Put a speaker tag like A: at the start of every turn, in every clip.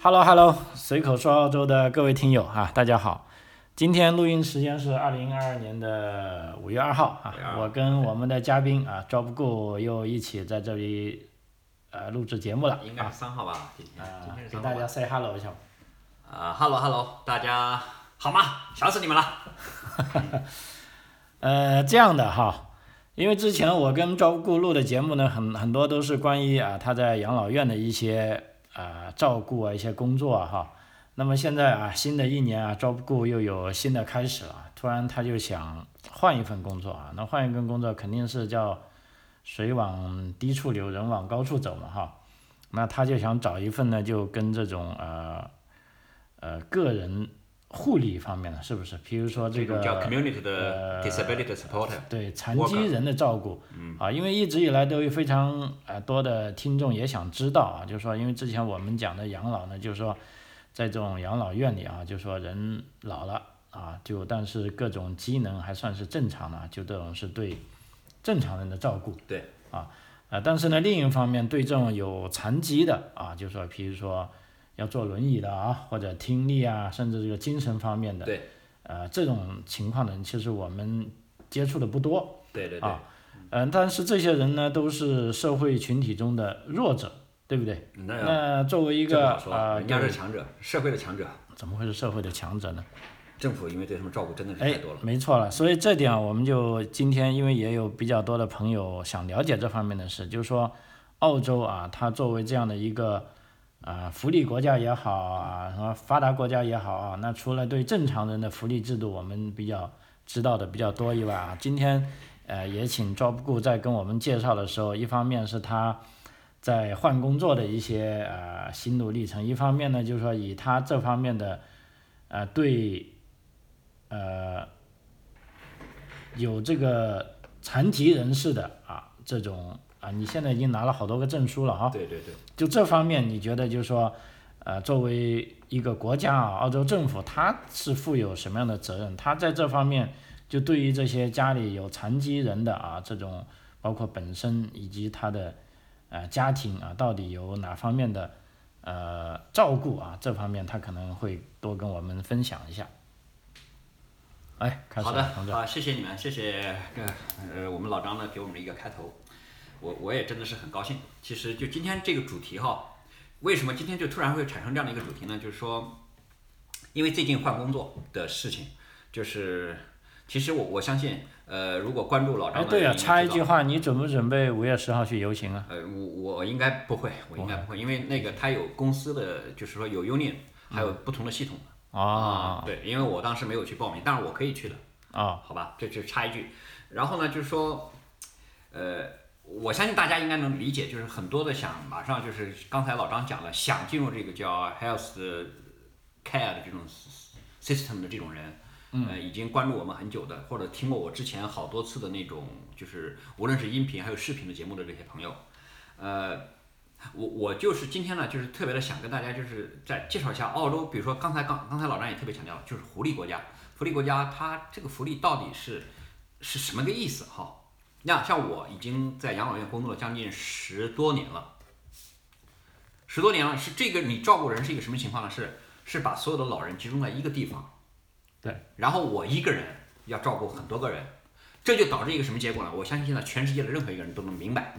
A: Hello Hello，随口说澳洲的各位听友啊，大家好。今天录音时间是二零二二年的五月二号啊
B: 5月2，号
A: 我跟我们的嘉宾啊 Job Go 又一起在这里呃录制节目了
B: 应该
A: 啊
B: 是，三号吧，今天今
A: 呃
B: 天是
A: 给
B: 三
A: 大
B: 号
A: 家
B: 吧。
A: say hello 一下吧。
B: 啊，Hello Hello，大家好吗？想死你们了。
A: 呃，这样的哈，因为之前我跟照顾录的节目呢，很很多都是关于啊他在养老院的一些啊照顾啊一些工作啊哈。那么现在啊，新的一年啊，照顾又有新的开始了，突然他就想换一份工作啊，那换一份工作肯定是叫水往低处流，人往高处走嘛哈。那他就想找一份呢，就跟这种呃呃个人护理方面的，是不是？比如说这个
B: 种叫 Community
A: 呃
B: 的 Disability Supporter，
A: 对残疾人的照顾，
B: 嗯
A: 啊，因为一直以来都有非常呃多的听众也想知道啊，就是说，因为之前我们讲的养老呢，就是说，在这种养老院里啊，就是说人老了啊，就但是各种机能还算是正常的啊，就这种是对正常人的照顾。
B: 对。
A: 啊，呃，但是呢，另一方面对这种有残疾的啊，就是说，比如说要坐轮椅的啊，或者听力啊，甚至这个精神方面的，
B: 对，
A: 呃，这种情况的人，其实我们接触的不多。
B: 对对对
A: 啊，嗯、但是这些人呢，都是社会群体中的弱者，对不对？
B: 那
A: 那作为一
B: 这不
A: 个
B: 好说
A: 呃，
B: 人家
A: 对
B: 是强者，社会的强者，
A: 怎么会是社会的强者呢？
B: 政府因为对他们照顾真的是
A: 哎
B: 太多了，。
A: 没错了，所以这点啊我们就今天因为也有比较多的朋友想了解这方面的事，就是说澳洲啊，它作为这样的一个啊、福利国家也好啊，什么发达国家也好啊，那除了对正常人的福利制度我们比较知道的比较多以外啊，今天呃也请 Job 顾在跟我们介绍的时候，一方面是他。在换工作的一些呃心路历程，一方面呢，就是说以他这方面的，呃对呃，有这个残疾人士的啊这种啊，你现在已经拿了好多个证书了哈。
B: 对对对，
A: 就这方面，你觉得就是说，呃，作为一个国家啊，澳洲政府它是负有什么样的责任？它在这方面，就对于这些家里有残疾人的啊，这种包括本身以及他的呃家庭啊，到底有哪方面的呃照顾啊？这方面他可能会多跟我们分享一下。哎，开始
B: 好的
A: 了，同志。
B: 啊，谢谢你们，谢谢呃呃我们老张呢给我们一个开头，我我也真的是很高兴。其实就今天这个主题哈，为什么今天就突然会产生这样的一个主题呢？就是说，因为最近换工作的事情，就是其实我我相信呃，如果关注老张
A: 哎，
B: 的，
A: 对呀、
B: 呀、
A: 插一句话，你准不准备五月十号去游行啊？
B: 呃，我我应该不会，我应该不会，因为那个它有公司的，就是说有 union，还
A: 嗯
B: 有不同的系统啊
A: 哦，
B: 对，因为我当时没有去报名，但是我可以去的。
A: 哦，
B: 好吧，这这插一句。然后呢，就是说，呃，我相信大家应该能理解，就是很多的想马上就是刚才老张讲了，想进入这个叫 health care 的这种 system 的这种人，呃，已经关注我们很久的，或者听过我之前好多次的那种，就是无论是音频还有视频的节目的这些朋友，呃。我我就是今天呢，就是特别的想跟大家就是再介绍一下澳洲，比如说刚才刚刚才老张也特别强调了，就是福利国家，福利国家它这个福利到底是是什么个意思哈？那像我已经在养老院工作了将近十多年了，十多年了，是这个你照顾人是一个什么情况呢？是是把所有的老人集中在一个地方，
A: 对，
B: 然后我一个人要照顾很多个人，这就导致一个什么结果呢？我相信现在全世界的任何一个人都能明白，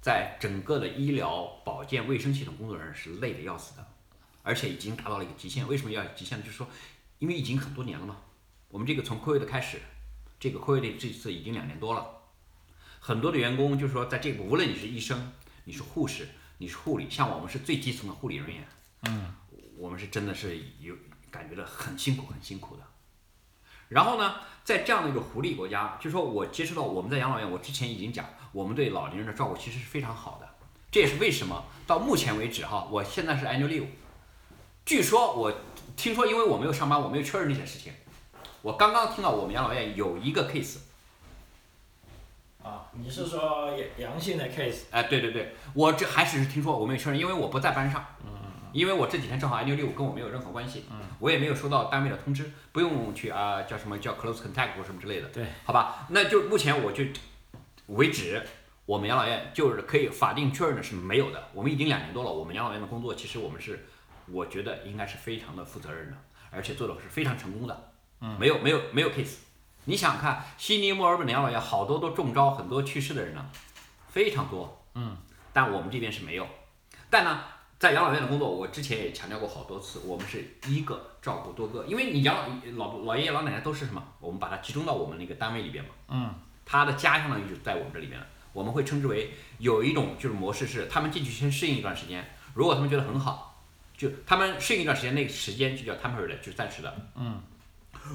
B: 在整个的医疗保健卫生系统工作人员是累得要死的，而且已经达到了一个极限。为什么要极限呢？就是说，因为已经很多年了嘛，我们这个从 COVID 开始，这个 COVID 这次已经两年多了，很多的员工就是说，在这个无论你是医生，你是护士，你是护理，像我们是最基层的护理人员，嗯，我们是真的是有感觉到很辛苦，很辛苦的。然后呢，在这样的一个福利国家，就说我接触到我们在养老院，我之前已经讲，我们对老年人的照顾其实是非常好的。这也是为什么到目前为止哈，我现在是 annual leave。据说我听说，因为我没有上班，我没有确认这件事情。我刚刚听到我们养老院有一个 case，
A: 啊，你是说阳阳性的 case？
B: 哎，对对对，我这还只是听说，我没有确认，因为我不在班上。因为我这几天正好 N 六六跟我没有任何关系，我也没有收到单位的通知，不用去啊、叫什么叫 close contact 或什么之类的，
A: 对，
B: 好吧，那就目前我就为止，我们养老院就是可以法定确认的是没有的，我们已经两年多了，我们养老院的工作其实我们是我觉得应该是非常的负责任的，而且做的是非常成功的。嗯，没有没有没有 case。你想想看，悉尼、墨尔本的养老院好多都中招，很多去世的人呢，非常多。
A: 嗯，
B: 但我们这边是没有。但呢，在养老院的工作，我之前也强调过好多次，我们是一个照顾多个，因为你养老老老爷爷老奶奶都是什么？我们把它集中到我们那个单位里边嘛。
A: 嗯，
B: 他的家相当于就在我们这里边了。我们会称之为有一种就是模式是，他们进去先适应一段时间，如果他们觉得很好，就他们适应一段时间，那个时间就叫 temporary 的，就是暂时的。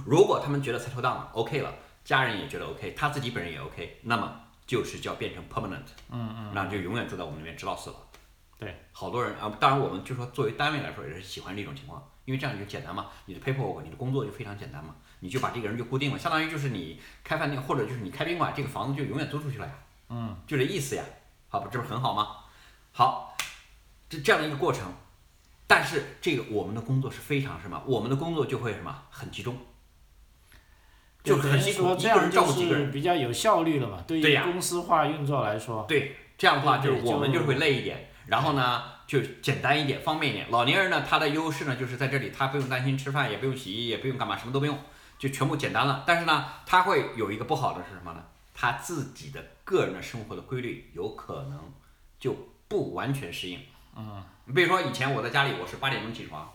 B: 如果他们觉得 settle down 了，OK 了，家人也觉得 OK，他自己本人也 OK，那么就是叫变成 permanent，嗯嗯，那就永远住在我们那边直到死了。
A: 对，
B: 好多人啊，当然我们就说作为单位来说也是喜欢这种情况，因为这样就简单嘛，你的 paperwork，你的工作就非常简单嘛，你就把这个人就固定了，相当于就是你开饭店或者就是你开宾馆，这个房子就永远租出去了呀，嗯，就这意思呀，好吧，这不是很好吗？好，这这样的一个过程，但是这个我们的工作是非常什么，我们的工作就会什么很集中。就
A: 等
B: 很
A: 于
B: 辛苦，
A: 说
B: 一
A: 这
B: 个人
A: 样
B: 照
A: 就
B: 顾几个
A: 是
B: 人。
A: 比较有效率了嘛，对
B: 对
A: 于
B: 呀
A: 公司化运作来说，
B: 对，这样的话就是
A: 对
B: 我们
A: 就
B: 就会累一点，然后呢就简单一点，方便一点。老年人呢，他的优势呢就是在这里，他不用担心吃饭，也不用洗衣，也不用干嘛，什么都不用，就全部简单了。但是呢，他会有一个不好的是什么呢？他自己的个人的生活的规律有可能就不完全适应。嗯，你比如说以前我在家里我是八点钟起床，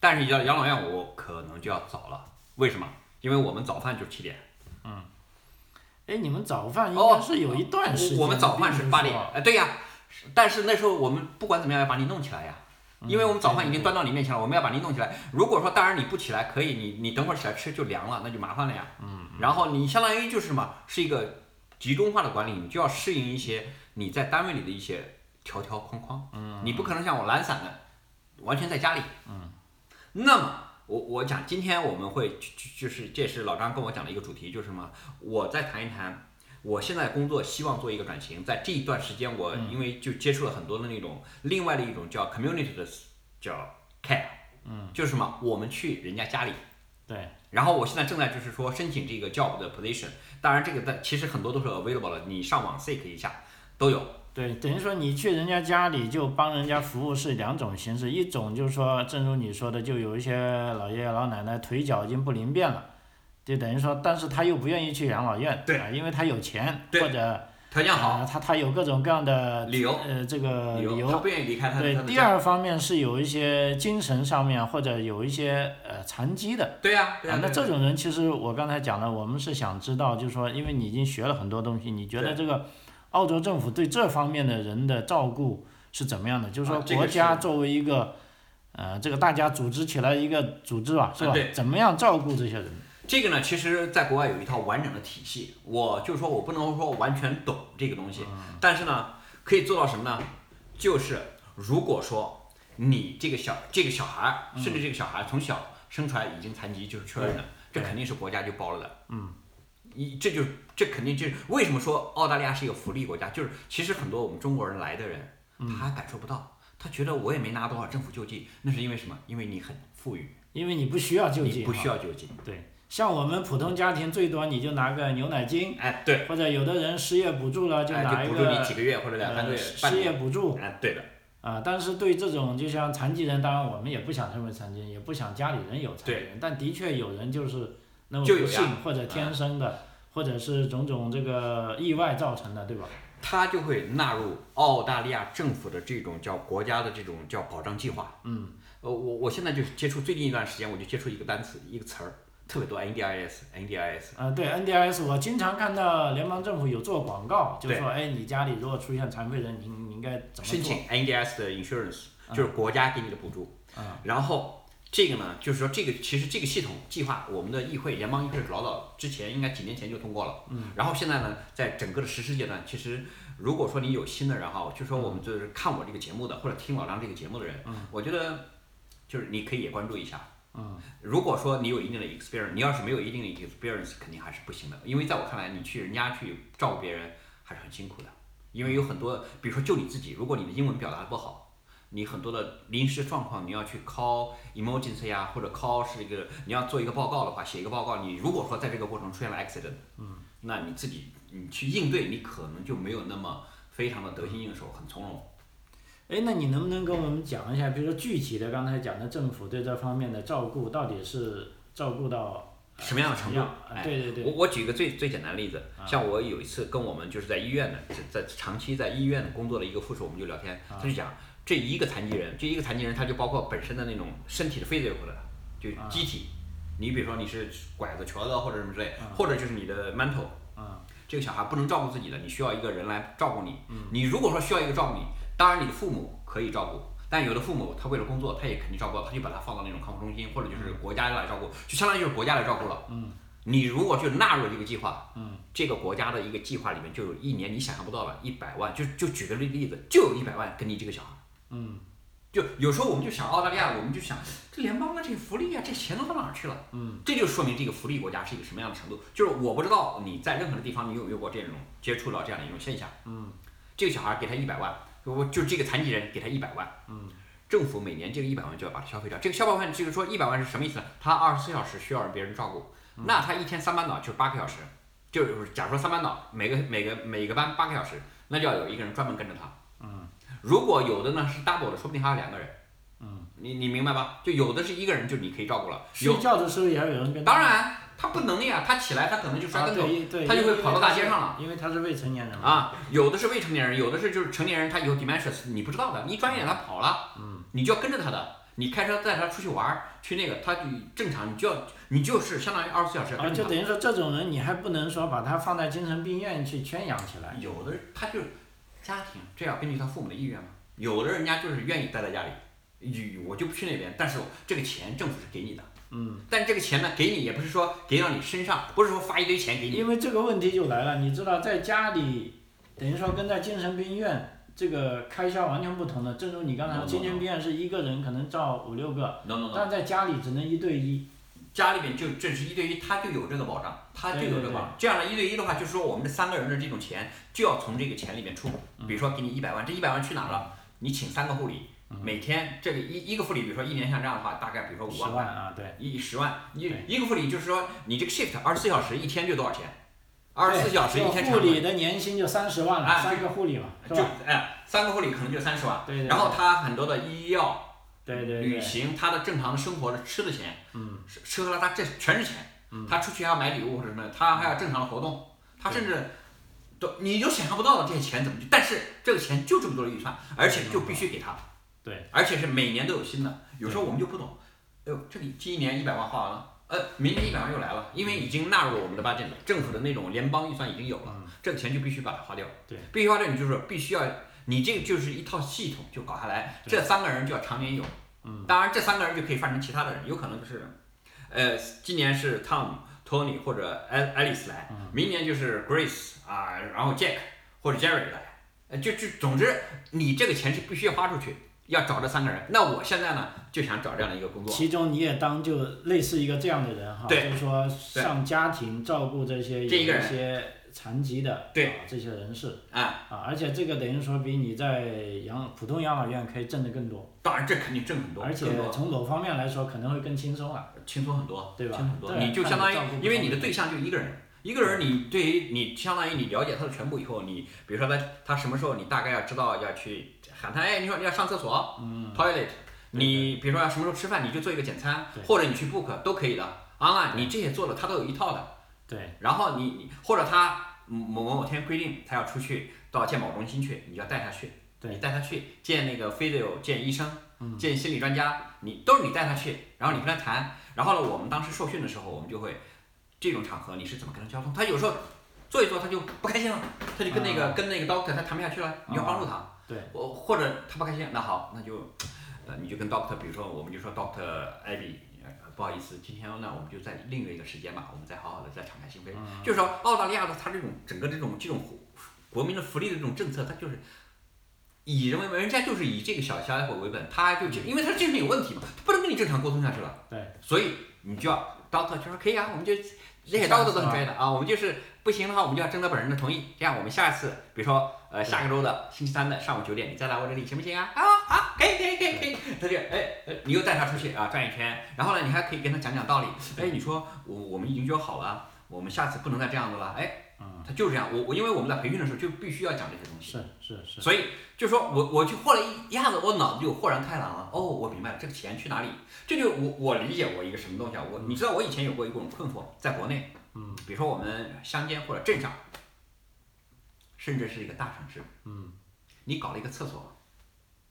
B: 但是你到养老院我可能就要早了，为什么？因为我们早饭就是七点。
A: 哎，你们早饭应
B: 哦
A: 该是有一段时间的，
B: 我我们早饭是
A: 并不
B: 八点
A: 说，
B: 哎，对呀，是但是那时候我们不管怎么样要把你弄起来呀，因为我们早饭已经端到你面前了，我们要把你弄起来。如果说当然你不起来可以，你你等会儿起来吃就凉了，那就麻烦了呀。嗯。然后你相当于就是什么，是一个集中化的管理，你就要适应一些你在单位里的一些条条框框。嗯。你不可能像我懒散的，完全在家里。嗯。那么。我我讲，今天我们会就就就是这也是老张跟我讲的一个主题，就是什么？我再谈一谈我现在工作希望做一个转型，在这一段时间，我
A: 嗯
B: 因为就接触了很多的那种另外的一种叫 community 的叫 care，嗯，就是什么，我们去人家家里，
A: 对，
B: 然后我现在正在就是说申请这个 job 的 position，当然这个在其实很多都是 available 了，你上网 seek 一下都有，
A: 对，等于说你去人家家里就帮人家服务是两种形式，一种就是说，正如你说的，就有一些老爷爷老奶奶腿脚已经不灵便了，就等于说，但是他又不愿意去养老院，
B: 对
A: 啊，因为他有钱
B: 对
A: 或者
B: 条件好，
A: 呃他他有各种各样的
B: 理由
A: 呃这个
B: 理由他不愿意离开他的
A: 对
B: 他，的
A: 第
B: 家，
A: 二方面是有一些精神上面或者有一些呃残疾的，
B: 对呀、对呀、
A: 啊，那
B: 对呀
A: 这种人其实我刚才讲了，我们是想知道，就是说，因为你已经学了很多东西，你觉得
B: 对
A: 这个澳洲政府对这方面的人的照顾是怎么样的？就是说，
B: 啊这个
A: 国家
B: 是
A: 作为一个，呃，这个大家组织起来一个组织吧，是吧？
B: 啊对
A: 怎么样照顾这些人？
B: 这个呢，其实在国外有一套完整的体系，我就说我不能说完全懂这个东西，
A: 嗯
B: 但是呢，可以做到什么呢？就是如果说你这个小这个小孩儿，甚至这个小孩儿从小生出来已经残疾就是确认的，这
A: 嗯对
B: 肯定是国家就包了的。嗯，一这就这肯定就是为什么说澳大利亚是一个福利国家，就是其实很多我们中国人来的人，
A: 嗯
B: 他还感受不到，他觉得我也没拿多少政府救济，那是因为什么？因为你很富裕，
A: 因为你不需要救济，
B: 你不需
A: 要。
B: 要救济。
A: 对，像我们普通家庭，最多你就拿个牛奶金，
B: 哎，对。
A: 或者有的人失业补助了，
B: 哎，
A: 拿一
B: 就
A: 个
B: 补助你几个月或者两三个
A: 呃
B: 月、半
A: 失业
B: 年。
A: 补助。
B: 哎，对的，
A: 啊，但是对这种就像残疾人，当然我们也不想成为残疾人，也不想家里人有残疾人，但的确有人就是那么
B: 就有
A: 不
B: 呀啊
A: 幸或者天生的，或者是种种这个意外造成的，对吧？
B: 它就会纳入澳大利亚政府的这种叫国家的这种叫保障计划。嗯，呃，我我现在就接触最近一段时间，我就接触一个单词一个词儿，特别多 NDIS NDIS。
A: 啊，对 NDIS，我经常看到联邦政府有做广告，就
B: 对
A: 说哎，你家里如果出现残废人，你你应该怎么
B: 申
A: 做？嗯
B: 请 NDS 的 insurance，就是国家给你的补助。然后这个呢，就是说这个其实这个系统计划，我们的议会联邦议会老早之前应该几年前就通过了。嗯。然后现在呢，在整个的实施阶段，其实如果说你有新的人哈，就说我们
A: 嗯
B: 就是看我这个节目的或者听老张这个节目的人，我觉得就是你可以也关注一下。嗯，如果说你有一定的 experience，你要是没有一定的 experience，肯定还是不行的。因为在我看来，你去人家去照顾别人还是很辛苦的。因为有很多，比如说就你自己，如果你的英文表达不好，你很多的临时状况，你要去 call emergency 呀、或者 call 是一个你要做一个报告的话，写一个报告，你如果说在这个过程出现了 accident，嗯，那你自己你去应对，你可能就没有那么非常的得心应手，很从容。
A: 哎，那你能不能跟我们讲一下，比如说具体的刚才讲的政府对这方面的照顾到底是照顾到呃
B: 什么样的程度
A: 什么样啊
B: 哎
A: 对对啊对，
B: 我我举一个最最简单的例子，像我有一次跟我们就是在医院的，在在长期在医院工作的一个护士，我们就聊天，
A: 啊
B: 他就讲这一个残疾人，这一个残疾人他就包括本身的那种身体的非自由活的，就
A: 啊
B: 机体，你比如说你是拐子、瘸子或者什么之类，
A: 啊
B: 或者就是你的 mental，
A: 嗯
B: 这个小孩不能照顾自己的，你需要一个人来照顾你。你如果说需要一个照顾你，当然你的父母可以照顾，但有的父母他为了工作，他也肯定照顾，他就把他放到那种康复中心，或者就是国家来照顾，就相当于就是国家来照顾了。
A: 嗯，
B: 你如果去纳入这个计划，
A: 嗯，
B: 这个国家的一个计划里面就有一年你想象不到了，一百万，就就举个例例子，就有一百万给你这个小孩。
A: 嗯
B: 就有时候我们就想澳大利亚，我们就想这联邦的这福利啊，这钱都到哪儿去了？
A: 嗯，
B: 这就说明这个福利国家是一个什么样的程度。就是我不知道你在任何的地方，你有没有过这种接触到这样的一种现象？
A: 嗯
B: 这个小孩给他一百万，我就这个残疾人给他一百万，
A: 嗯，
B: 政府每年这个一百万就要把它消费掉。这个消费完，这个说一百万是什么意思呢？他二十四小时需要别人照顾，
A: 嗯
B: 那他一天三班倒就是八个小时，就是假如说三班倒，每个每个每个班八个小时，那就要有一个人专门跟着他。
A: 嗯，
B: 如果有的呢是 double 的，说不定还有两个人。
A: 嗯，
B: 你你明白吧？就有的是一个人，就你可以照顾了。
A: 睡
B: 有
A: 觉的时候也要有人跟他。
B: 当然他不能呀，他起来他可能就摔
A: 啊
B: 跟头，
A: 对对，
B: 他就
A: 因为
B: 会跑到大街上了。
A: 因为他是未成年人嘛。
B: 啊，有的是未成年人，有的是就是成年人，他以后 dementia 是你不知道的，你一转眼他跑了，
A: 嗯，
B: 你就要跟着他的，你开车带他出去玩儿，去那个，他就正常，你就要你就是相当于二十四小时
A: 啊，
B: 跟
A: 就
B: 着
A: 等于说这种人，你还不能说把他放在精神病院去圈养起
B: 他。
A: 来。
B: 有的人他就是家庭，这要根据他父母的意愿嘛。有的人家就是愿意待在家里，与我就不去那边，但是我这个钱政府是给你的，
A: 嗯，
B: 但这个钱呢，给你也不是说给到你身上，不是说发一堆钱给你，
A: 因为这个问题就来了，你知道，在家里，等于说跟在精神病院这个开销完全不同的。正如你刚才说，
B: No, no, no.
A: 精神病院是一个人可能照五六个，
B: 能能能。
A: 但在家里只能一对一。
B: 家里面就这是一对一，他就有这个保障，他就有这个保障。这样的一对一的话，就是说我们这三个人的这种钱就要从这个钱里面出。
A: 嗯
B: 比如说给你一百万，这一百万去哪了？你请三个护理，
A: 嗯
B: 每天这个一一个护理，比如说一年像这样的话，大概比如说五
A: 十
B: 万
A: 万
B: 块，
A: 啊，对，
B: 一十万一
A: 对
B: 一个护理，就是说你这个 shift 二十四小时一天就多少钱？二十四小时一天
A: 对
B: 差
A: 护
B: 不多
A: 理的年薪就三十万了，
B: 啊
A: 三个护理嘛，是
B: 就
A: 吧？
B: 哎三个护理可能就三十万，
A: 对对对
B: 然后他很多的医药、
A: 对对
B: 旅
A: 对，
B: 行，他的正常的生活的吃的钱。
A: 嗯，
B: 吃吃喝拉撒这全是钱，他出去还要买礼物或者什么，他还要正常的活动，他甚至都你就想象不到的这些钱怎么去，但是这个钱就这么多的预算，而且就必须给他，
A: 对，
B: 而且是每年都有新的，有时候我们就不懂，哎呦，这里今年一百万花完了。呃，明年一百万又来了，因为已经纳入我们的 budget 了，政府的那种联邦预算已经有了，这个钱就必须把它花掉。
A: 嗯对，
B: 必须花掉，你就是必须要，你这个就是一套系统就搞下来，这三个人就要常年有。
A: 嗯，
B: 当然这三个人就可以换成其他的人，有可能就是，呃，今年是 Tom、Tony 或者 Al- Alice 来，
A: 嗯
B: 明年就是 Grace 啊、然后 Jack 或者 Jerry 来，呃，就就总之你这个钱是必须要花出去，要找这三个人。那我现在呢就想找这样的一个工作，
A: 其中你也当就类似一个这样的人哈，就
B: 对
A: 是说上家庭照顾这些
B: 这一个
A: 有一
B: 人
A: 些残疾的
B: 对
A: 啊这些人士
B: 哎、
A: 啊，而且这个等于说比你在养普通养老院可以挣得更多，
B: 当然这肯定挣很多，
A: 而且
B: 更多
A: 从某方面来说可能会更轻松了。
B: 轻松很多，
A: 对吧
B: 轻松很多，
A: 对
B: 你就相当于
A: 看你照顾，不
B: 因为
A: 同
B: 你的
A: 人
B: 对象就一个人，一个人，你对于你相当于你了解他的全部以后，你比如说他他什么时候你大概要知道要去喊他，哎，你说你要上厕所，嗯，toilet，你比如说要什么时候吃饭，你就做一个简餐
A: 对，
B: 或者你去 book 都可以的啊，你这些做了他都有一套的，
A: 对，
B: 然后你你或者他某某某天规定他要出去到健保中心去，你要带他去，
A: 对
B: 你带他去见那个 physio，见医生，见心理专家，你都是你带他去，然后你跟他谈，然后呢，我们当时受训的时候，我们就会这种场合你是怎么跟他交通？他有时候做一做他就不开心了，他就跟那个、跟那个 doctor 他谈不下去了，你要帮助他。
A: 对，
B: 我或者他不开心，那好，那就，呃，你就跟 doctor，比如说我们就说 doctor Abby，呃不好意思，今天呢我们就在另一个时间吧，我们再好好的再敞开心扉。就是说澳大利亚的它这种整个这种这种国民的福利的这种政策，它就是以人为本，人家就是以这个小家伙为本，他就因为他精神有问题嘛，他不能跟你正常沟通下去了。
A: 对，
B: 所以你就要 doctor 就说可以啊，我们就这些 doctor 都很专业的啊，我们就是不行的话，我们就要征得本人的同意，这样我们下次，比如说呃下个周的星期三的上午九点，你再来我这里行不行啊？啊好，可以可以可以可以，他就哎哎你又带他出去啊转一圈，然后呢你还可以跟他讲讲道理，哎你说我我们已经约好了，我们下次不能再这样子了，哎他就是这样。我我因为我们在培训的时候就必须要讲这些东西，
A: 嗯是是是，
B: 所以就说我我就豁然一一下子，我脑子就豁然开朗了。哦，我明白了，这个钱去哪里？这就我我理解我一个什么东西啊？我你知道我以前有过一种困惑，在国内，
A: 嗯，
B: 比如说我们乡间或者镇上，甚至是一个大城市，
A: 嗯，
B: 你搞了一个厕所，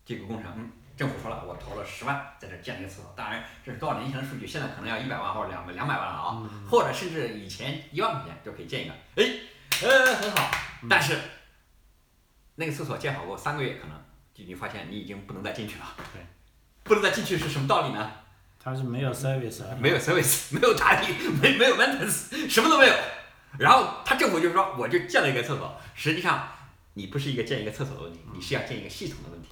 B: 这个工程，嗯，政府说了，我投了十万在这建了一个厕所，当然这是多少年前的数据，现在可能要一百万或者两两百万了啊，或者甚至以前一万块钱就可以建一个，哎，呃，很好，但是。那个厕所建好后三个月，可能就你发现你已经不能再进去了。
A: 对，
B: 不能再进去是什么道理呢？
A: 它是没有 service，
B: 没有 service，没有打理，没没有 maintenance，什么都没有。然后他政府就说，我就建了一个厕所。实际上，你不是一个建一个厕所的问题，你是要建一个系统的问题。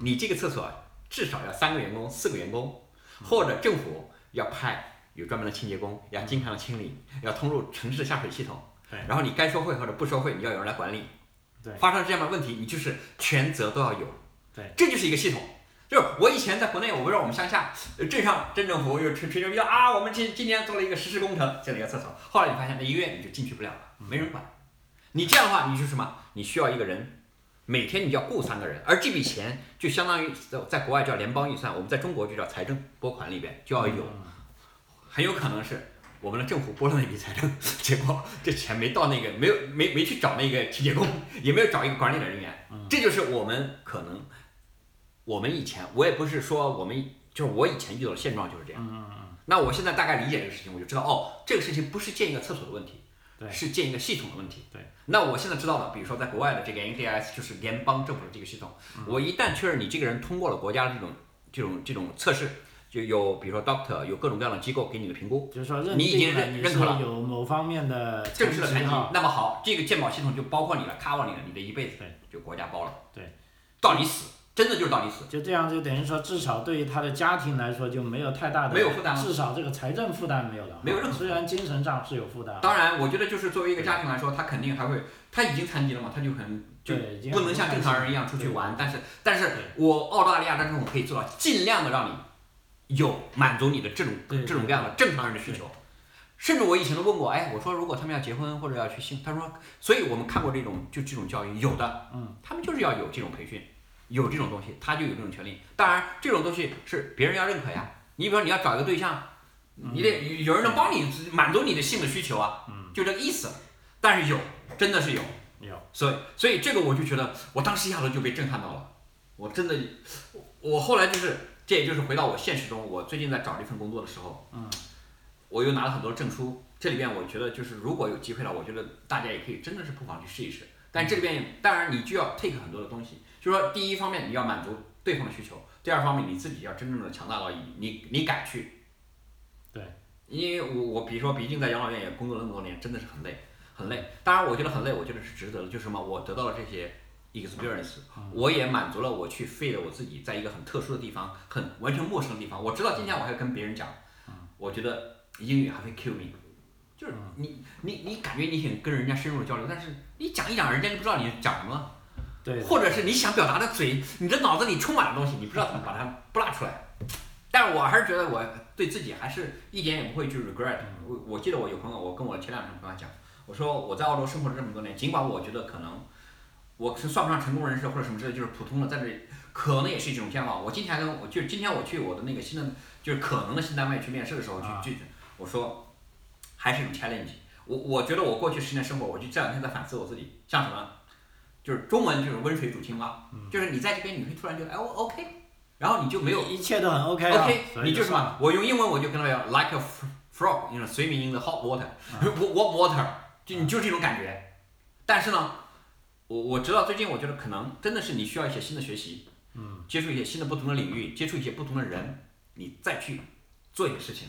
B: 你这个厕所至少要三个员工、四个员工，或者政府要派有专门的清洁工，要经常的清理，要通入城市的下水系统
A: 对。
B: 然后你该收费或者不收费，你要有人来管理。
A: 对
B: 发生这样的问题，你就是全责都要有。
A: 对，
B: 这就是一个系统。就是我以前在国内，我不知道我们乡下呃镇上镇政府又吹吹牛逼啊，我们今今年做了一个实施工程，建了一个厕所。后来你发现那一个月你就进去不了了，没人管。
A: 嗯
B: 你这样的话，你就是什么？你需要一个人，每天你就要雇三个人，而这笔钱就相当于在在国外叫联邦预算，我们在中国就叫财政拨款里边就要有，
A: 嗯
B: 很有可能是我们的政府拨了那笔财政， 结果这钱没到那个没有没没去找那个清洁工，也没有找一个管理的人员，
A: 嗯
B: 这就是我们可能我们以前我也不是说我们就是我以前遇到的现状就是这样。
A: 嗯
B: 那我现在大概理解这个事情，我就知道哦，这个事情不是建一个厕所的问题，
A: 对
B: 是建一个系统的问题。
A: 对，
B: 那我现在知道了，比如说在国外的这个 NDIS 就是联邦政府的这个系统，
A: 嗯
B: 我一旦确认你这个人通过了国家的这种这种这种测试，就有比如说 doctor 有各种各样的机构给你的评估，
A: 就是说认
B: 你已经
A: 定了
B: 认
A: 你
B: 认
A: 是
B: 可了
A: 有某方面的
B: 正式的
A: 成
B: 残
A: 绩
B: 疾
A: 哈，，
B: 那么好，这个鉴保系统就包括你了，cover 你了，你的一辈子
A: 对
B: 就国家包了，
A: 对，
B: 到你死，真的就是到你死。
A: 就这样就等于说至少对于他的家庭来说就没有太大的
B: 没有负担了
A: 至少这个财政负担没有了哈，
B: 没有任何
A: 虽然精神上是有负担，
B: 当然，我觉得就是作为一个家庭来说，他肯定还会，他已经残疾了嘛，他就可能就
A: 对已经
B: 不能像正常人一样出去玩。但是，但是
A: 对
B: 我澳大利亚的政府可以做到尽量的让你有满足你的这种
A: 对
B: 这种各样的正常人的需求。甚至我以前都问过，哎，我说如果他们要结婚或者要去性，他说，所以我们看过这种就这种教育，有的，
A: 嗯，
B: 他们就是要有这种培训，有这种东西，他就有这种权利。当然，这种东西是别人要认可呀。你比如说你要找一个对象，你得有人能帮你满足你的性的需求啊，就这个意思。但是有，真的是有，
A: 有
B: 所以所以这个我就觉得，我当时一下子就被震撼到了。我真的，我后来就是，这也就是回到我现实中，我最近在找这份工作的时候，嗯，我又拿了很多证书。这里边我觉得就是，如果有机会了，我觉得大家也可以真的是不妨去试一试。但这里边当然你就要 take 很多的东西，就是说第一方面你要满足对方的需求，第二方面你自己要真正的强大到你你你敢去因为我我比如说，毕竟在养老院也工作了那么多年，真的是很累，很累。当然，我觉得很累，我觉得是值得的，就是什么，我得到了这些 experience，我也满足了我去 feed 我自己，在一个很特殊的地方，很完全陌生的地方。我知道今天我还跟别人讲，我觉得英语还会 kill me，就是你你你感觉你想跟人家深入的交流，但是你讲一讲，人家就不知道你讲什么了，
A: 对
B: 或者是你想表达的嘴，你的脑子里充满了东西，你不知道怎么把它不拉出来。但是我还是觉得我对自己还是一点也不会去 regret。我我记得我有朋友，我跟我前两天朋友讲，我说我在澳洲生活了这么多年，尽管我觉得可能我是算不上成功人士或者什么之类，就是普通的，在这里可能也是一种健忘。我今天还跟我就是今天我去我的那个新的就是可能的新单位去面试的时候，去
A: 啊
B: 去我说还是一种 challenge。我我觉得我过去十年生活，我就这两天在反思我自己，像什么，就是中文就是温水煮青蛙，就是你在这边你会突然觉得哎我 OK，然后你就没有
A: 一切都很 OK 啊
B: OK，
A: 所以
B: 你就是
A: 算了
B: 嘛，我用英文我就跟他讲，like a f- frog，you know swimming in the hot water，warm
A: 啊
B: water，就你就是这种感觉。但是呢，我我知道最近我觉得可能真的是你需要一些新的学习，嗯，接触一些新的不同的领域，接触一些不同的人，你再去做一些事情，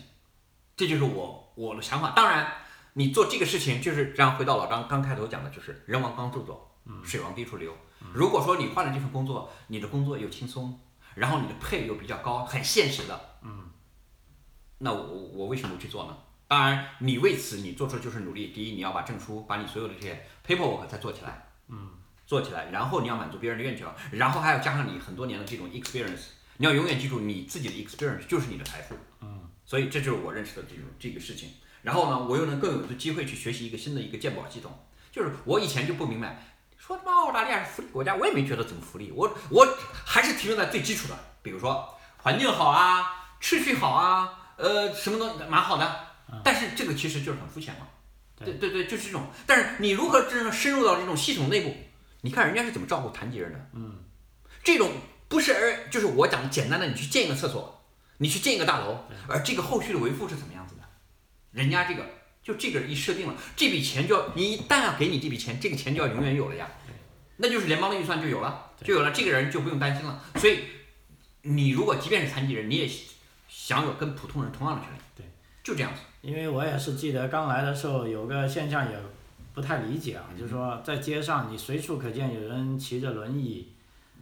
B: 这就是我我的想法。当然，你做这个事情就是这样，回到老张刚开头讲的，就是人往高处走，
A: 嗯
B: 水往低处流。如果说你换了这份工作，你的工作又轻松，然后你的配又比较高，很现实的，嗯，那我我为什么不去做呢？当然，你为此你做出就是努力。第一，你要把证书，把你所有的这些 paperwork 再做起来，嗯，做起来，然后你要满足别人的愿求，然后还要加上你很多年的这种 experience。你要永远记住，你自己的 experience 就是你的财富，嗯，所以这就是我认识的这种这个事情。然后呢，我又能更有的机会去学习一个新的一个鉴宝系统，就是我以前就不明白，说他妈澳大利亚是福利国家，我也没觉得怎么福利，我我还是停留在最基础的，比如说环境好啊，秩序好啊，呃，什么东西蛮好的。但是这个其实就是很肤浅嘛。嗯对对对，就是这种。但是你如何真正深入到这种系统内部？你看人家是怎么照顾残疾人的？嗯，这种不是而就是我讲的简单的，你去建一个厕所，你去建一个大楼，而这个后续的维护是怎么样子的？人家这个就这个一设定了，这笔钱就要你一旦要给你这笔钱，这个钱就要永远有了呀。那就是联邦的预算就有了，就有了，这个人就不用担心了。所以你如果即便是残疾人，你也享有跟普通人同样的权利。
A: 对，
B: 就这样子。
A: 因为我也是记得刚来的时候有个现象也不太理解
B: 嗯
A: 啊，就是说在街上你随处可见有人骑着轮椅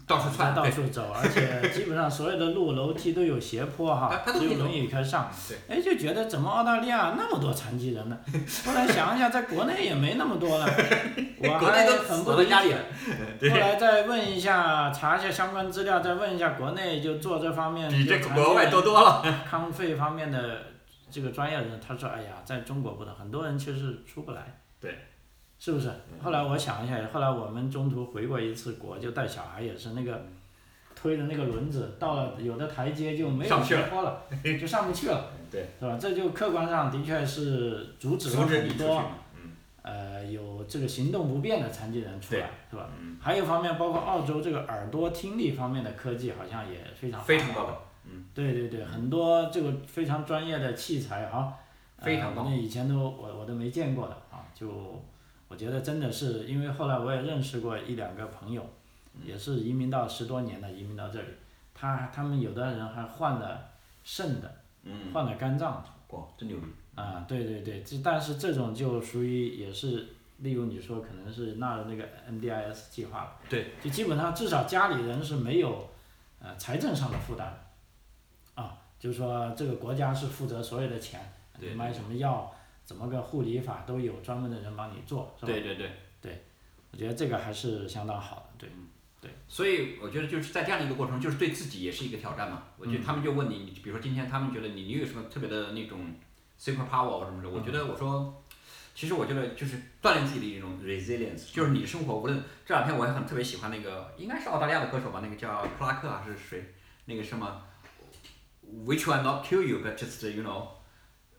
B: 到处窜，
A: 在到
B: 对
A: 处走，而且基本上所有的路楼梯都有斜坡哈
B: 啊，它都
A: 只
B: 可以
A: 有轮椅可以上。
B: 对，
A: 哎，就觉得怎么澳大利亚那么多残疾人呢？后来想一想，在国内也没那么 多了，我
B: 国内
A: 还
B: 都
A: 很
B: 死
A: 不
B: 在
A: 理
B: 家里
A: 解
B: 了。。
A: 后来再问一下，查一下相关资料，再问一下国内就做这方面
B: 比
A: 就
B: 这
A: 残疾
B: 国外
A: 人
B: 多多了。
A: 康复方面的这个专业人，他说：“哎呀，在中国不能，很多人其实出不来。”
B: 对，嗯
A: 是不是？后来我想一下，后来我们中途回过一次国，就带小孩也是那个推着那个轮子，到了有的台阶就没
B: 上
A: 有
B: 不去
A: 斜
B: 了
A: 坡了， 就上不去了，
B: 对，
A: 是吧？这就客观上的确是阻止了
B: 阻止你
A: 很
B: 出去
A: 多
B: 嘛。嗯，
A: 呃有这个行动不便的残疾人出来，是吧？
B: 嗯
A: 还有方面，包括澳洲这个耳朵听力方面的科技，好像也非常
B: 非
A: 发达
B: 常高的。嗯，
A: 对对对，很多这个非常专业的器材啊，呃
B: 非常棒
A: 我们以前都我我都没见过的啊，就我觉得真的是，因为后来我也认识过一两个朋友，也是移民到十多年的，移民到这里，他他们有的人还换了肾的，
B: 嗯，
A: 换了肝脏
B: 哇，真牛逼！
A: 啊，对对对，这但是这种就属于也是，例如你说可能是纳入那个 NDIS 计划了。
B: 对，
A: 就基本上至少家里人是没有呃财政上的负担的啊，就是说这个国家是负责所有的钱，你
B: 对
A: 买什么药，怎么个护理法都有专门的人帮你做，是吧？
B: 对对对。
A: 我觉得这个还是相当好的，对，
B: 所以我觉得就是在这样一个过程，就是对自己也是一个挑战嘛。我觉得他们就问你，你比如说今天他们觉得你你有什么特别的那种 super power 什么的，我觉得我说，其实我觉得就是锻炼自己的一种 resilience，就是你的生活无论这两天我还很特别喜欢那个应该是澳大利亚的歌手吧，那个叫克拉克还是谁，那个什么，which one not kill you but just you know，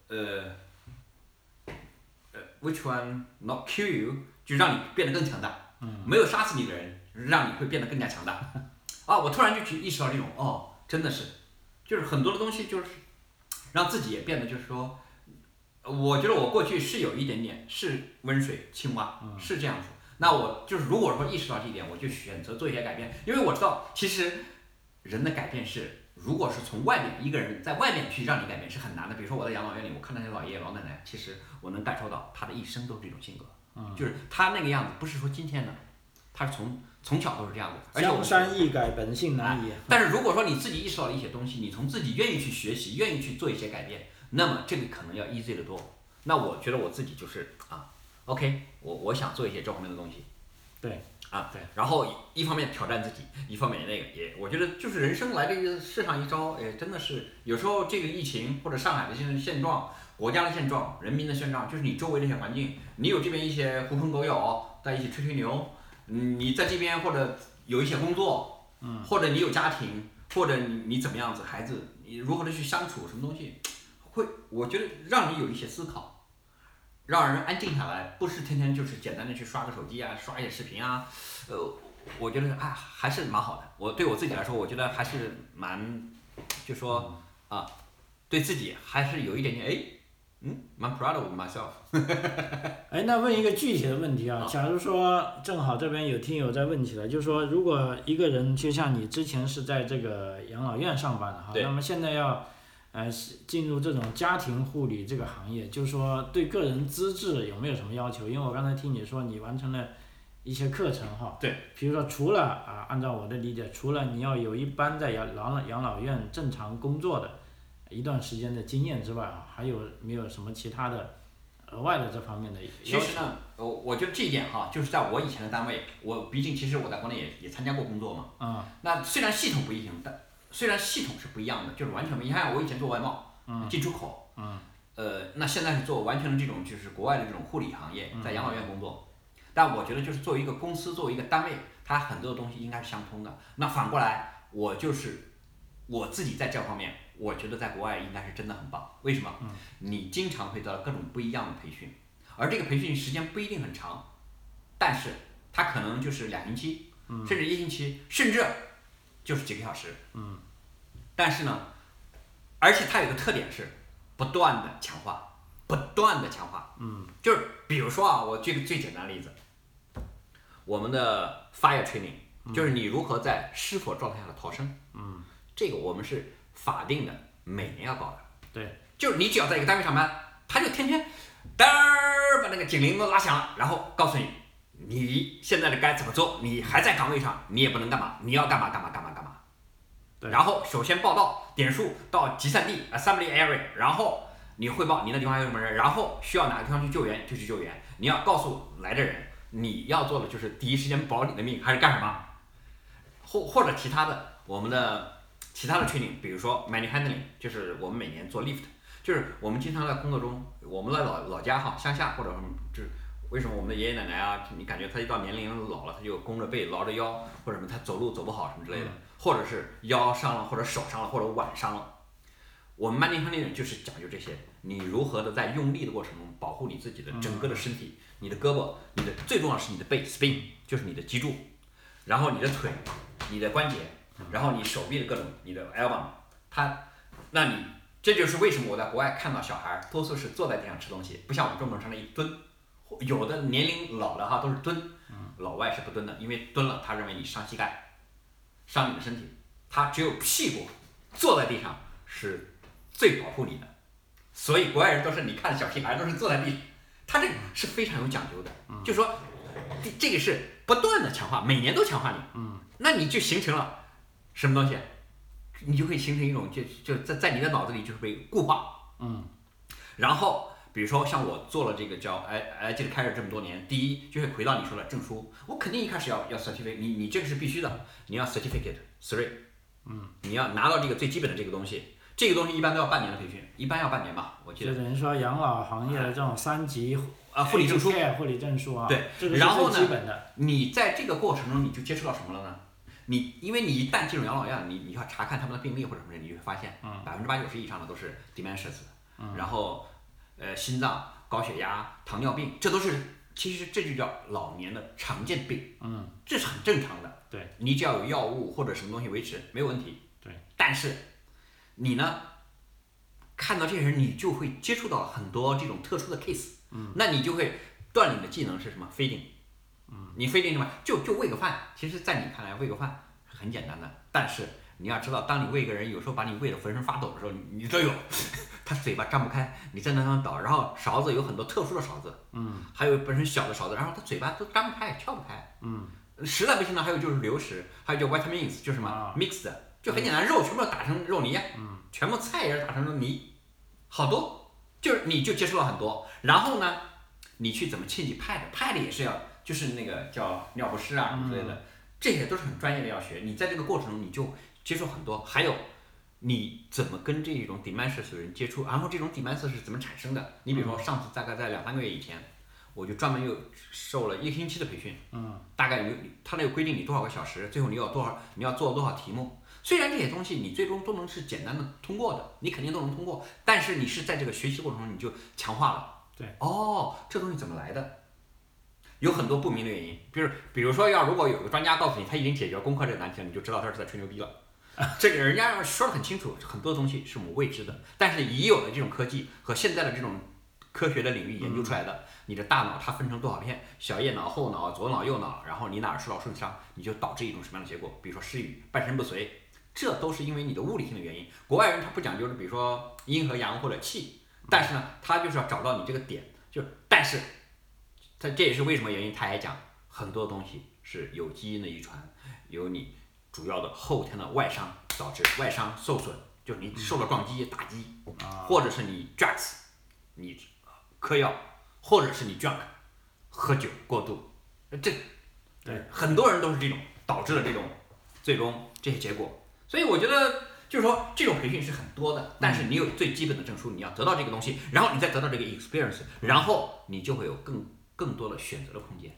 B: 呃。呃，which one not kill you，就让你变得更强大。嗯，没有杀死你的人，让你会变得更加强大。 啊，我突然就去意识到这种，哦，真的是，就是很多的东西就是让自己也变得就是说，我觉得我过去是有一点点是温水青蛙，是这样子。那我就是如果说意识到这一点，我就选择做一些改变，因为我知道其实人的改变是，如果是从外面一个人在外面去让你改变是很难的。比如说我在养老院里，我看那些老爷爷老奶奶，其实我能感受到他的一生都是这种性格，就是他那个样子，不是说今天的，他是从从小都是这样子。而且
A: 江
B: 我们
A: 山易改，本性难移。
B: 但是如果说你自己意识到了一些东西，你从自己愿意去学习，愿意去做一些改变，那么这个可能要 easy 得多。那我觉得我自己就是啊，OK，我我想做一些这方面的东西
A: 对，
B: 啊，
A: 对。
B: 然后一一方面挑战自己，一方面那个也，我觉得就是人生来这个世上一遭，也真的是有时候这个疫情或者上海的现现状、国家的现状、人民的现状，就是你周围这些环境，你有这边一些狐朋狗友在一起吹吹牛，嗯你在这边或者有一些工作，或者你有家庭，或者你你怎么样子，孩子你如何的去相处，什么东西，会我觉得让你有一些思考，让人安静下来，不是天天就是简单的去刷个手机啊，刷一些视频啊，呃，我觉得啊还是蛮好的。我对我自己来说，我觉得还是蛮，就说啊，对自己还是有一点点哎，嗯，蛮 proud of myself。
A: 哎，那问一个具体的问题啊
B: 好，
A: 假如说正好这边有听友在问起来，就是说，如果一个人就像你之前是在这个养老院上班的哈，
B: 对
A: 那么现在要呃是进入这种家庭护理这个行业，就是说对个人资质有没有什么要求？因为我刚才听你说你完成了一些课程哈，
B: 对，
A: 比如说除了啊，按照我的理解，除了你要有一般在养老养老院正常工作的一段时间的经验之外啊，还有没有什么其他的？额外的这方面的
B: 其
A: 要求
B: 实？呢，我呃我觉得这一点哈，就是在我以前的单位，我毕竟其实我在国内也也参加过工作嘛。
A: 啊、
B: 那虽然系统不一样，但虽然系统是不一样的，就是完全不一样。你看我以前做外贸，进出口，嗯呃，那现在是做完全的这种就是国外的这种护理行业，在养老院工作。但我觉得就是作为一个公司，作为一个单位，它很多的东西应该是相通的。那反过来，我就是我自己在这方面，我觉得在国外应该是真的很棒。为什么？你经常会得到各种不一样的培训，而这个培训时间不一定很长，但是它可能就是两星期，甚至一星期，甚至就是几个小时。嗯。但是呢，而且它有个特点是不断的强化，不断的强化。嗯。就是比如说啊，我举个最简单的例子，我们的 fire training 就是你如何在失火状态下的逃生。嗯。这个我们是法定的，每年要搞的。
A: 对，
B: 就是你只要在一个单位上班，他就天天嘚儿把那个警铃都拉响了，然后告诉你你现在的该怎么做，你还在岗位上，你也不能干嘛，你要干嘛干嘛干嘛干嘛。
A: 对
B: 然后首先报到点数到集散地 assembly area，然后你汇报你那地方有什么人，然后需要哪个地方去救援就去救援。你要告诉来的人，你要做的就是第一时间保你的命，还是干什么？或或者其他的，我们的其他的 training，比如说 money handling，就是我们每年做 lift，就是我们经常在工作中，我们的老老家哈，乡下或者什么，就是为什么我们的爷爷奶奶啊，你感觉他一到年龄老了，他就弓着背、挠着腰，或者什么他走路走不好什么之类的，或者是腰伤了，或者手伤了，或者腕伤了。我们 money handling 就是讲究这些，你如何的在用力的过程中保护你自己的整个的身体，你的胳膊，你的最重要是你的背 spin，就是你的脊柱，然后你的腿，你的关节，然后你手臂的各种，你的 elbow，它，那你这就是为什么我在国外看到小孩儿多数是坐在地上吃东西，不像我们中国人上来一蹲，或有的年龄老了哈都是蹲，老外是不蹲的，因为蹲了他认为你伤膝盖，伤你的身体，他只有屁股坐在地上是最保护你的，所以国外人都是你看小屁孩都是坐在地上，他这个是非常有讲究的，就说这这个是不断的强化，每年都强化你，嗯，那你就形成了什么东西？你就会形成一种就就在在你的脑子里就是被固化。嗯。然后比如说像我做了这个叫哎哎，这个开始这么多年，第一就是回到你说的证书，我肯定一开始要要 certificate，你你这个是必须的，你要 certificate three，嗯，你要拿到这个最基本的这个东西，这个东西一般都要半年的培训，一般要半年吧，我记
A: 就
B: 得。
A: 等于说养老行业的这种三级
B: 啊，护理证书，
A: care 护理证书啊，
B: 对
A: 这个是
B: 然后
A: 最
B: 呢
A: 基本的，
B: 你在这个过程中，你就接触到什么了呢？你因为你一旦进入养老院，你你要查看他们的病历或者什么的，你就会发现，百分之八九十以上的都是 dementia，、嗯、然后呃心脏、高血压、糖尿病，这都是其实这就叫老年的常见病，嗯，这是很正常的。
A: 对，
B: 你只要有药物或者什么东西维持，没有问题。
A: 对，
B: 但是你呢，看到这些人，你就会接触到很多这种特殊的 case，嗯，那你就会锻炼你的技能是什么？feeding，嗯，你 feeding 什么？就就喂个饭，其实，在你看来喂个饭是很简单的，但是你要知道，当你喂一个人，有时候把你喂得浑身发抖的时候，你你都有， 他嘴巴张不开，你在那上倒，然后勺子有很多特殊的勺子，嗯，还有本身小的勺子，然后他嘴巴都张不开，撬不开，嗯，实在不行呢，还有就是流食，还有叫 vitamins，就是什么、
A: 啊
B: mixed，就很简单，肉全部打成肉泥，嗯，全部菜也是打成肉泥，好多，就是你就接触了很多，然后呢，你去怎么清洗 pad，pad 也是要，就是那个叫尿不湿啊什么之类的，这些都是很专业的要学，你在这个过程中你就接触很多，还有你怎么跟这种 dementia 的人接触，然后这种 dementia 是怎么产生的？你比如说上次大概在两三个月以前，我就专门又受了一个星期的培训，嗯，大概有他那个规定你多少个小时，最后你有多少你要做多少题目。虽然这些东西你最终都能是简单的通过的，你肯定都能通过，但是你是在这个学习过程中你就强化了。
A: 对，
B: 哦，这东西怎么来的？有很多不明的原因，比如比如说要如果有个专家告诉你他已经解决功课这个难题了，你就知道他是在吹牛逼了。这个人家说的很清楚，很多东西是我们未知的，但是已有的这种科技和现在的这种科学的领域研究出来的，你的大脑它分成多少片，小叶脑、后脑、左脑、右脑，然后你哪儿受到损伤，你就导致一种什么样的结果，比如说失语、半身不遂，这都是因为你的物理性的原因。国外人他不讲究的，比如说阴和阳或者气，但是呢，他就是要找到你这个点，就但是他这也是为什么原因，他还讲很多东西是有基因的遗传，有你主要的后天的外伤导致外伤受损，就是你受了撞击、打击，或者是你 drugs，你嗑药，或者是你 drunk，喝酒过度，这
A: 对
B: 很多人都是这种导致了这种最终这些结果。所以我觉得就是说这种培训是很多的，但是
A: 嗯
B: 你有最基本的证书，你要得到这个东西，然后你再得到这个 experience，然后你就会有更更多的选择的空间。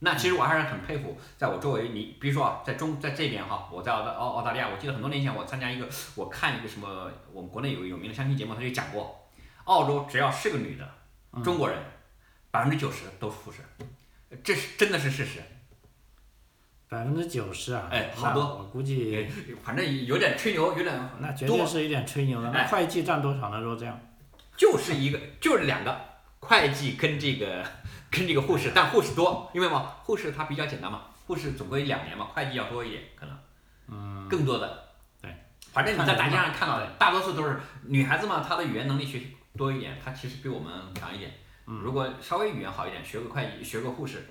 B: 那
A: 嗯
B: 其实我还是很佩服，在我周围你，比如说啊，在中在这边哈，我在澳大澳澳大利亚，我记得很多年前我参加一个，我看一个什么，我们国内有个有名的相亲节目，他就讲过，澳洲只要是个女
A: 嗯
B: 的，中国人百分之九十都是护士，这是真的是事实。
A: 百分之九十啊，
B: 哎
A: 那
B: 好多
A: 我估计
B: 反正有点吹牛，有点
A: 那绝
B: 多
A: 对是有点吹牛的。那
B: 哎
A: 会计占多少呢？如果这样，
B: 就是一个，就是两个会计跟这个跟这个护士，但护士多，因为嘛，护士它比较简单嘛，护士总归两年嘛，会计要多一点可能，嗯，更多的，
A: 对，
B: 反正你在大街上看到的，大多数都是女孩子嘛，她的语言能力学习多一点，她其实比我们强一点，如果稍微语言好一点，学个会计，学个护士，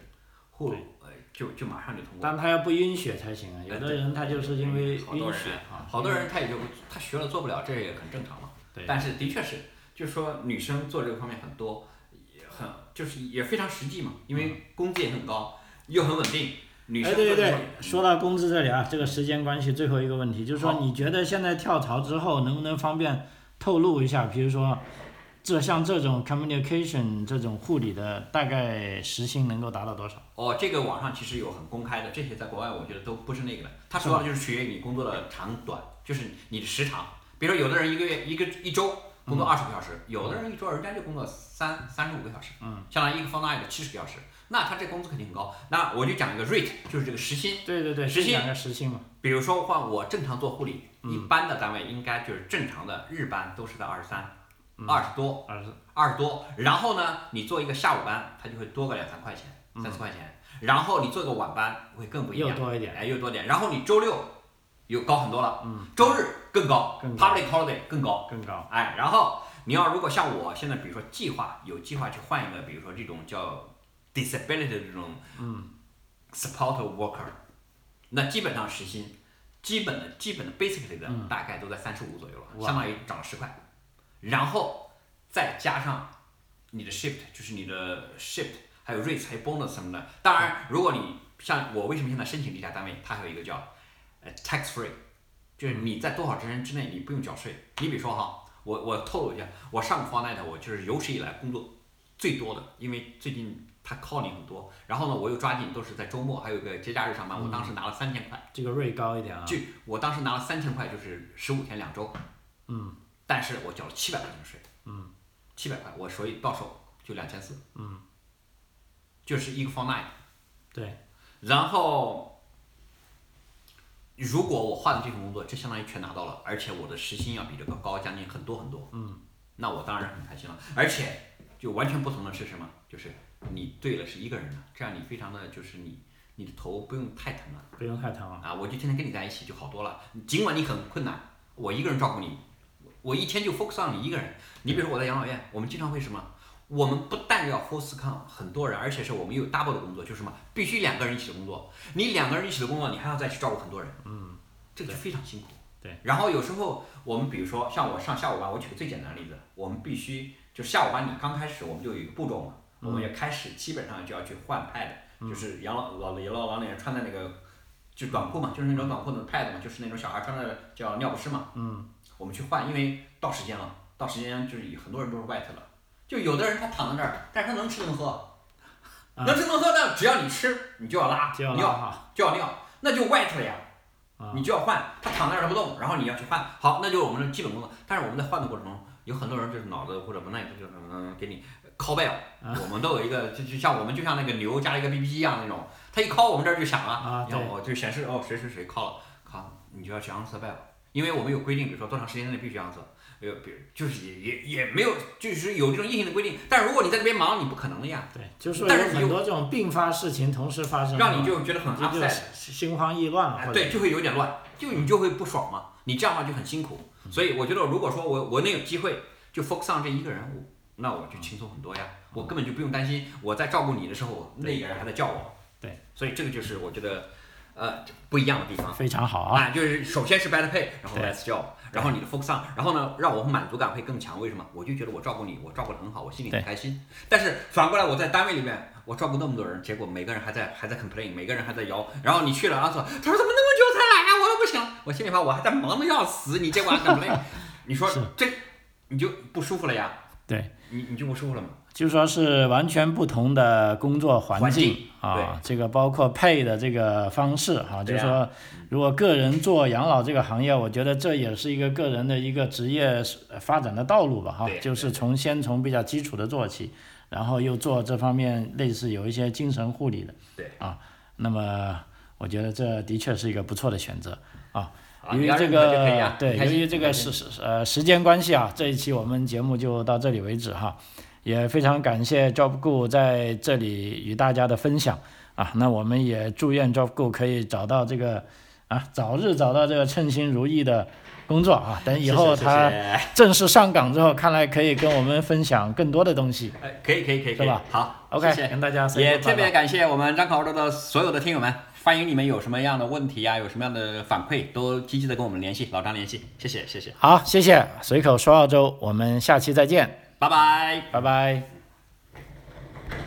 B: 护
A: 对
B: 呃就就马上就通过。
A: 但他要不晕血才行啊。有
B: 哎
A: 的
B: 对
A: 人他就是因为
B: 好多
A: 晕
B: 人
A: 血啊，
B: 好多人哎他也就他学了做不了，这也很正常嘛。
A: 对
B: 但是的确是，就是说女生做这个方面很多，也很就是也非常实际嘛，因为工资也很高，又很稳定。女生
A: 嗯哎，对对
B: 做
A: 对
B: 这个，
A: 说到工资这里啊，这个时间关系，最后一个问题就是说，
B: 好
A: 你觉得现在跳槽之后能不能方便透露一下？比如说，这像这种 communication 这种护理的，大概时薪能够达到多少？
B: 哦，这个网上其实有很公开的，这些在国外我觉得都不是那个的。他主要
A: 嗯
B: 的就是取决于你工作的长短，就是你的时长。比如说，有的人一个月一个一周
A: 嗯
B: 工作二十个小时，有的人一周人家就工作三三十五个小时，嗯，相当于一个 full night 七十个小时，那他这工资肯定很高。那我就讲一个 rate，就是这个时薪。
A: 对对对，
B: 时薪
A: 是两个时薪嘛。
B: 比如说换我正常做护理，
A: 嗯
B: 一般的单位应该就是正常的日班都是在二十三、
A: 嗯
B: 二十多、
A: 二十
B: 二十多，然后呢，你做一个下午班，它就会多个两三块钱、三四块钱，然后你做个晚班会更不一
A: 嗯又
B: 样，
A: 多一点，嗯
B: 哎，又多点，然后你周六又高很多了，周日更高
A: 更
B: p
A: 高
B: u b l i c holiday 更高，
A: 更高。
B: 哎，然后你要如果像我现在，比如说计划有计划去换一个，比如说这种叫 disability 的这种嗯 support worker，那基本上时薪基本的基本的 basically 的大概都在三十五左右了，
A: 哇
B: 相当于涨了十块，然后再加上你的 shift 就是你的 shift，还有 raise 还有 bonus 什么的。当然，如果你像我为什么现在申请这家单位，它还有一个叫呃 tax free，就是你在多少之之内你不用缴税。你比如说哈，我我透露一下，我上个 f o r n i g h t 我就是有史以来工作最多的，因为最近他 calling 很多，然后呢我又抓紧都是在周末还有一个节假日上班，我当时拿了三千块。
A: 这个瑞高一点啊。
B: 就我当时拿了三千块，就是十五天两周，嗯，但是我缴了七百块钱的税，嗯，七百块，我所以到手就两千四，嗯，就是一个 f o r n i g h
A: 对，
B: t 然后如果我换了这份工作，这相当于全拿到了，而且我的时薪要比这个高将近很多很多，嗯，那我当然很开心了，而且就完全不同的是什么？就是你对了是一个人了，这样你非常的就是你你的头不用太疼了。
A: 不用太疼啊。
B: 啊，我就天天跟你在一起就好多了。尽管你很困难，我一个人照顾你，我我一天就 focus on 你一个人。你比如说我在养老院，我们经常会什么？我们不但要 focus on 很多人，而且是我们有 double 的工作，就是什么，必须两个人一起的工作。你两个人一起的工作，你还要再去照顾很多人，嗯，这个就非常辛苦。
A: 对。
B: 然后有时候我们比如说像我上下午班，我举个最简单的例子，我们必须就下午班你刚开始我们就有一个步骤嘛，我
A: 嗯
B: 们要开始基本上就要去换 pad，、就是养老老养老老年人穿的那个就短裤嘛，就是那
A: 嗯
B: 种短裤的 pad 嘛，就是那种小孩穿的叫尿不湿嘛。嗯。我们去换，因为到时间了，到时间就是很多人都是 wet 了，就有的人他躺在那儿，但是他能吃能喝，
A: 啊
B: 能吃能喝，那只要你吃，你就要拉
A: 就要
B: 尿
A: 拉哈。
B: 就要尿，那就 wet 了呀。
A: 啊
B: 你就要换，他躺在那儿不动，然后你要去换，好，那就是我们的基本工作。但是我们在换的过程中，有很多人就是脑子或者不耐，就是嗯给你 call back，、我
A: 啊
B: 们都有一个就就像我们就像那个牛加了一个 B B 一样那种，它一 call 我们这儿就响了，
A: 啊
B: 然
A: 对
B: 后我就显示哦谁谁谁 call 了，call 你就要去 answer back，因为我们有规定，比如说多长时间内必须 answer，有比如就是也也也没有就是有这种硬性的规定，但是如果你在这边忙，你不可能的呀，
A: 对，就是说
B: 但
A: 有
B: 是你
A: 很
B: 又
A: 多这种并发事情同时发生，
B: 让你就觉得很
A: 嗯这就
B: upset。
A: 心慌意乱了，
B: 哎，
A: 或者
B: 对，就会有点乱，就你就会不爽嘛，你这样的话就很辛苦。所以我觉得，如果说我我能有机会就 focus on 这一个人，我那我就轻松很多呀，我根本就不用担心我在照顾你的时候，那个人还在叫我。
A: 对，
B: 所以这个就是我觉得，呃，不一样的地方。
A: 非常好啊。
B: 啊，就是首先是 bad pay，然后
A: 对
B: less job，然后你的 focus on，然后呢，让我满足感会更强。为什么？我就觉得我照顾你，我照顾得很好，我心里很
A: 对
B: 开心。但是反过来，我在单位里面，我照顾那么多人，结果每个人还在还在 complain，每个人还在摇。然后你去了，然后说他说怎么那么久才来啊，我都不行了。我心里话，我还在忙得要死，你结果还 complain，你说
A: 是
B: 这你就不舒服了呀？
A: 对，
B: 你你就不舒服了嘛？
A: 就说是完全不同的工作环
B: 环境
A: 啊，这个包括配的这个方式哈、就
B: 对啊
A: 说如果个人做养老这个行业，我觉得这也是一个个人的一个职业发展的道路吧哈、
B: 对
A: 就是从先从比较基础的做起，然后又做这方面类似有一些精神护理的，
B: 对
A: 啊，那么我觉得这的确是一个不错的选择啊。
B: 啊，
A: 由
B: 你
A: 于
B: 要
A: 这
B: 认可就可以
A: 个
B: 啊，
A: 对，
B: 开
A: 由
B: 心
A: 于这个
B: 开心
A: 时时呃时间关系啊，这一期我们节目就到这里为止哈，也非常感谢 JobGo 在这里与大家的分享啊，那我们也祝愿 JobGo 可以找到这个啊早日找到这个称心如意的工作啊，等以后
B: 是是是
A: 他
B: 是
A: 正式上岗之后，看来可以跟我们分享更多的东西。
B: 哎，可以可以可以，
A: 是吧？
B: 好
A: OK，
B: 谢谢
A: 跟大家 say
B: 也
A: goodbye
B: 特别
A: 吧
B: 感谢我们张烤肉的所有的听友们，欢迎你们有什么样的问题啊，有什么样的反馈，都积极的跟我们联系，老张联系，谢谢谢谢，
A: 好，谢谢，随口说澳洲，我们下期再见，
B: 拜拜。
A: 拜拜。